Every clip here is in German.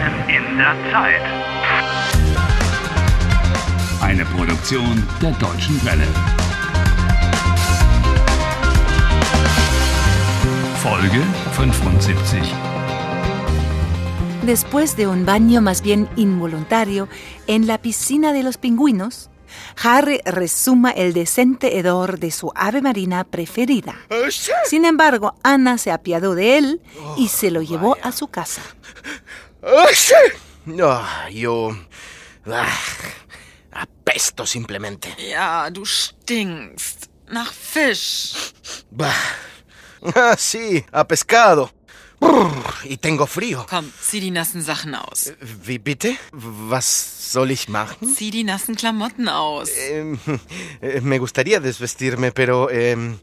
der Zeit. Eine Produktion der Deutschen Welle. Folge 75. Después de un baño más bien involuntario en la piscina de los pingüinos, Harry resuma el decente hedor de su ave marina preferida. Sin embargo, Ana se apiadó de él y se lo Oh, llevó a su casa. Ah, yo. Ah, apesto simplemente. Ja, du stinkst. Nach Fisch. Bah. Ah, sí, a pescado. Brr, y tengo frío. Komm, zieh die nassen Sachen aus. Wie bitte? Was soll ich machen? Zieh die nassen Klamotten aus. Ähm, äh, me gustaría desvestirme, pero ähm,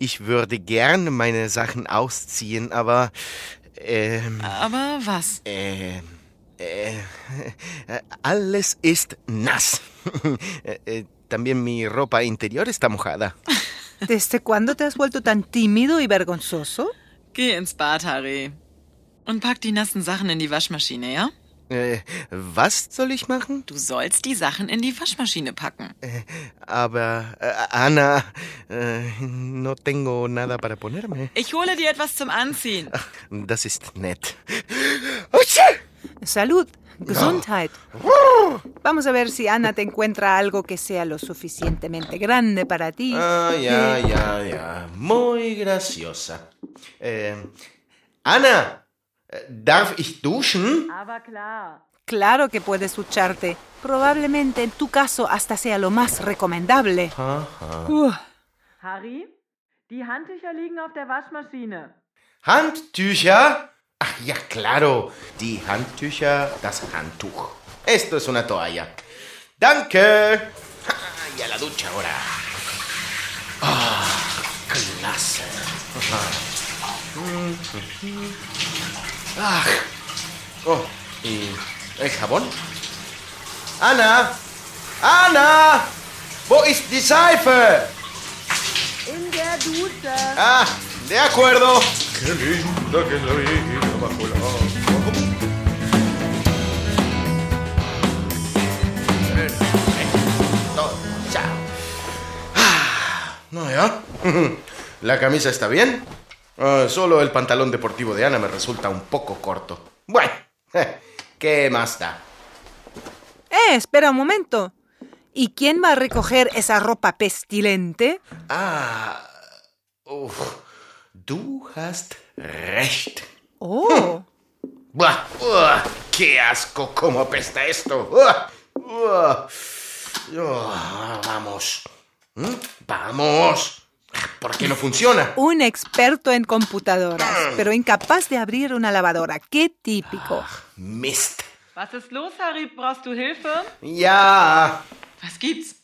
ich würde gern meine Sachen ausziehen, aber ähm, Aber was? ähm, äh, äh, alles ist nass. Äh, äh, También mi ropa interior está mojada. ¿Desde cuándo te has vuelto tan tímido y vergonzoso? Geh ins Bad, Harry. Und pack die nassen Sachen in die Waschmaschine, ja? Äh, was soll ich machen? Du sollst die Sachen in die Waschmaschine packen. Aber, äh, Ana, äh, no tengo nada para ponerme. Ich hole dir etwas zum Anziehen. Das ist nett. Oh, Salud, Gesundheit. Vamos a ver si Ana te encuentra algo que sea lo suficientemente grande para ti. Eh, Ah, ya, ya, ya. Muy graciosa. Ähm, Ana, äh, darf ich duschen? Aber klar. Claro que puedes ducharte. Probablemente en tu caso hasta sea lo más recomendable. Uf. Harry, die Handtücher liegen auf der Waschmaschine. Handtücher? Ach ja, claro. Die Handtücher, das Handtuch. Esto es una toalla. Danke. Y a la ducha ahora. Ah, clase. Ah. Oh, ¿y el jabón? Anna! Anna! Wo ist die Seife? In der Dusche. Ah, de acuerdo. Ah, No, ya. La camisa está bien. Ah, solo el pantalón deportivo de Ana me resulta un poco corto. Bueno, eh, ¿qué más da? Eh, espera un momento. ¿Y quién va a recoger esa ropa pestilente? Ah, uf, du hast recht. Oh, Buah, buah, ¡Qué asco! ¿Cómo apesta esto? Buah, buah. Ah, vamos. ¿Mm? Vamos. ¿Por qué no funciona? un experto en computadoras, pero incapaz de abrir una lavadora. ¡Qué típico! Ah, Mist. Was ist los, Harry? Brauchst du Hilfe? Ja. Was gibt's?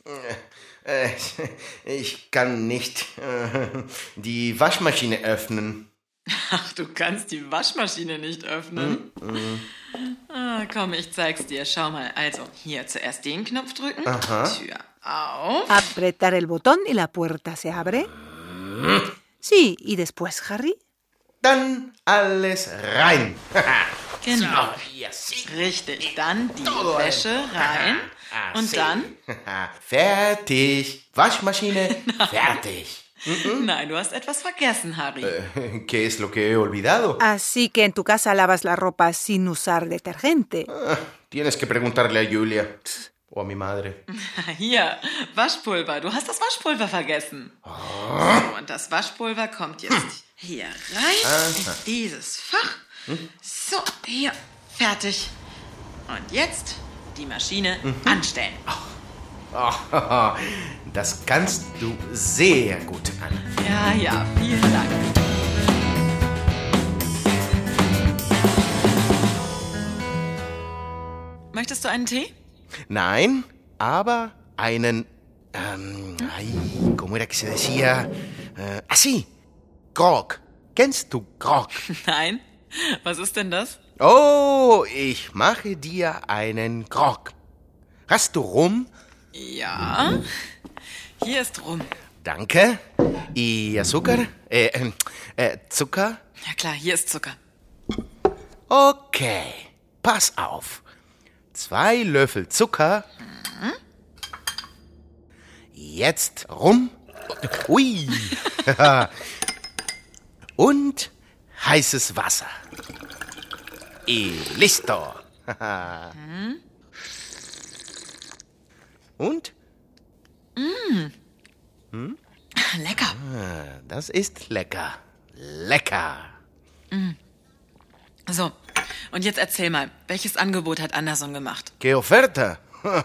Äh, Ich kann nicht äh, die Waschmaschine öffnen. Ach, du kannst die Waschmaschine nicht öffnen. Ah, komm, ich zeig's dir. Schau mal. Also, hier zuerst den Knopf drücken. Tür auf. Apretar el botón y la puerta se abre. Sí, y después, Harry. Dann alles rein. Genau. Ja, sí. Richtig. Dann die Toll. Wäsche rein. Ah, Und sí. dann? Fertig. Waschmaschine fertig. Nein, du hast etwas vergessen, Harry. ¿Qué es lo que he olvidado? Así que en tu casa lavas la ropa sin usar detergente. Ah, Tienes que preguntarle a Julia. O a mi madre. Hier, Waschpulver. Du hast das Waschpulver vergessen. So, und das Waschpulver kommt jetzt hier rein, in dieses Fach. So, hier, fertig. Und jetzt die Maschine anstellen. Ah, Das kannst du sehr gut an. Ja, ja, vielen Dank. Möchtest du einen Tee? Nein, aber einen... ähm, ay, ¿Cómo era que se decía? Eh, ah, sí. Grog. Kennst du Grog? Nein. Was ist denn das? Oh, ich mache dir einen Grog. Hast du Rum? Ja. Hier ist rum. Danke. ¿Y azúcar? Eh, ähm, äh, Zucker? Ja klar, hier ist Zucker. Okay, pass auf. zwei Löffel Zucker. Jetzt rum. Ui. Und heißes Wasser. Y listo. Und Lecker. das ist lecker. Lecker. So, und jetzt erzähl mal, welches Angebot hat Anderson gemacht? ¿Qué oferta?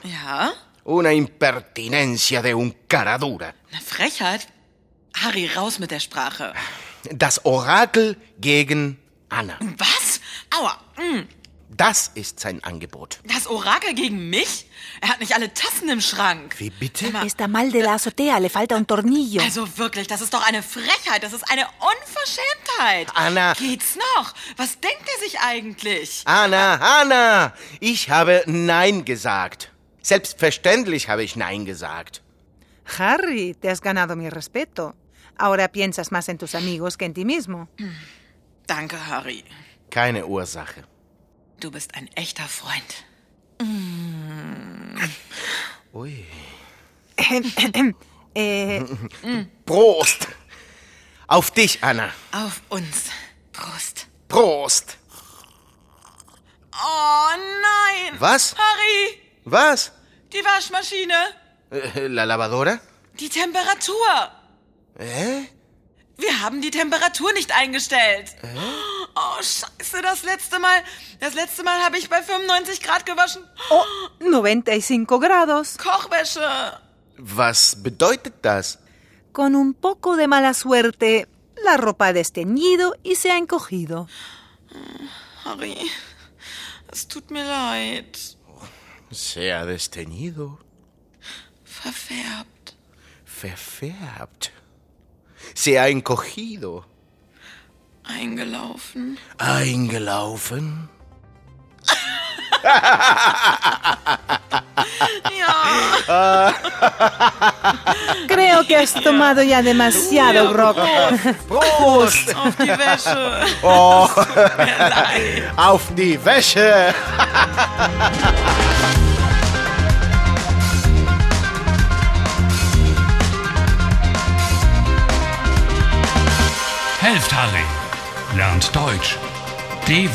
Ja? Una impertinencia de un cara dura. Eine Frechheit? Harry, raus mit der Sprache. Das Orakel gegen Anna. Was? Aua. mm. Das ist sein Angebot. Das Orakel gegen mich? Er hat nicht alle Tassen im Schrank. Wie bitte? Está mal de la azotea, le falta un tornillo. Also wirklich, das ist doch eine Frechheit, das ist eine Unverschämtheit. Anna. Geht's noch? Was denkt er sich eigentlich? Anna, Anna, ich habe Nein gesagt. Selbstverständlich habe ich Nein gesagt. Harry, te has ganado mi respeto. Ahora piensas más en tus amigos que en ti mismo. Danke, Harry. Keine Ursache. Du bist ein echter Freund. Ui. Eh, Prost! Auf dich, Anna. Auf uns. Prost. Prost! Oh nein! Was? Harry! Was? Die Waschmaschine! Äh, La lavadora? Die Temperatur! Hä? Wir haben die Temperatur nicht eingestellt. Oh, scheiße, das letzte Mal. Das letzte Mal habe ich bei 95 Grad gewaschen. oh, 95 grados. Kochwäsche. Was bedeutet das? Con un poco de mala suerte, la ropa ha desteñido y se ha encogido. Harry, es tut mir leid. Sehr desteñido. Verfärbt. Verfärbt. Sehr encogido. Eingelaufen. Eingelaufen. Ja. Creo que has tomado ya demasiado, Brock. Prost! Auf die Wäsche. Oh, Mir leid. auf die Wäsche! Helft Harry. Lernt Deutsch. dw.com/harry.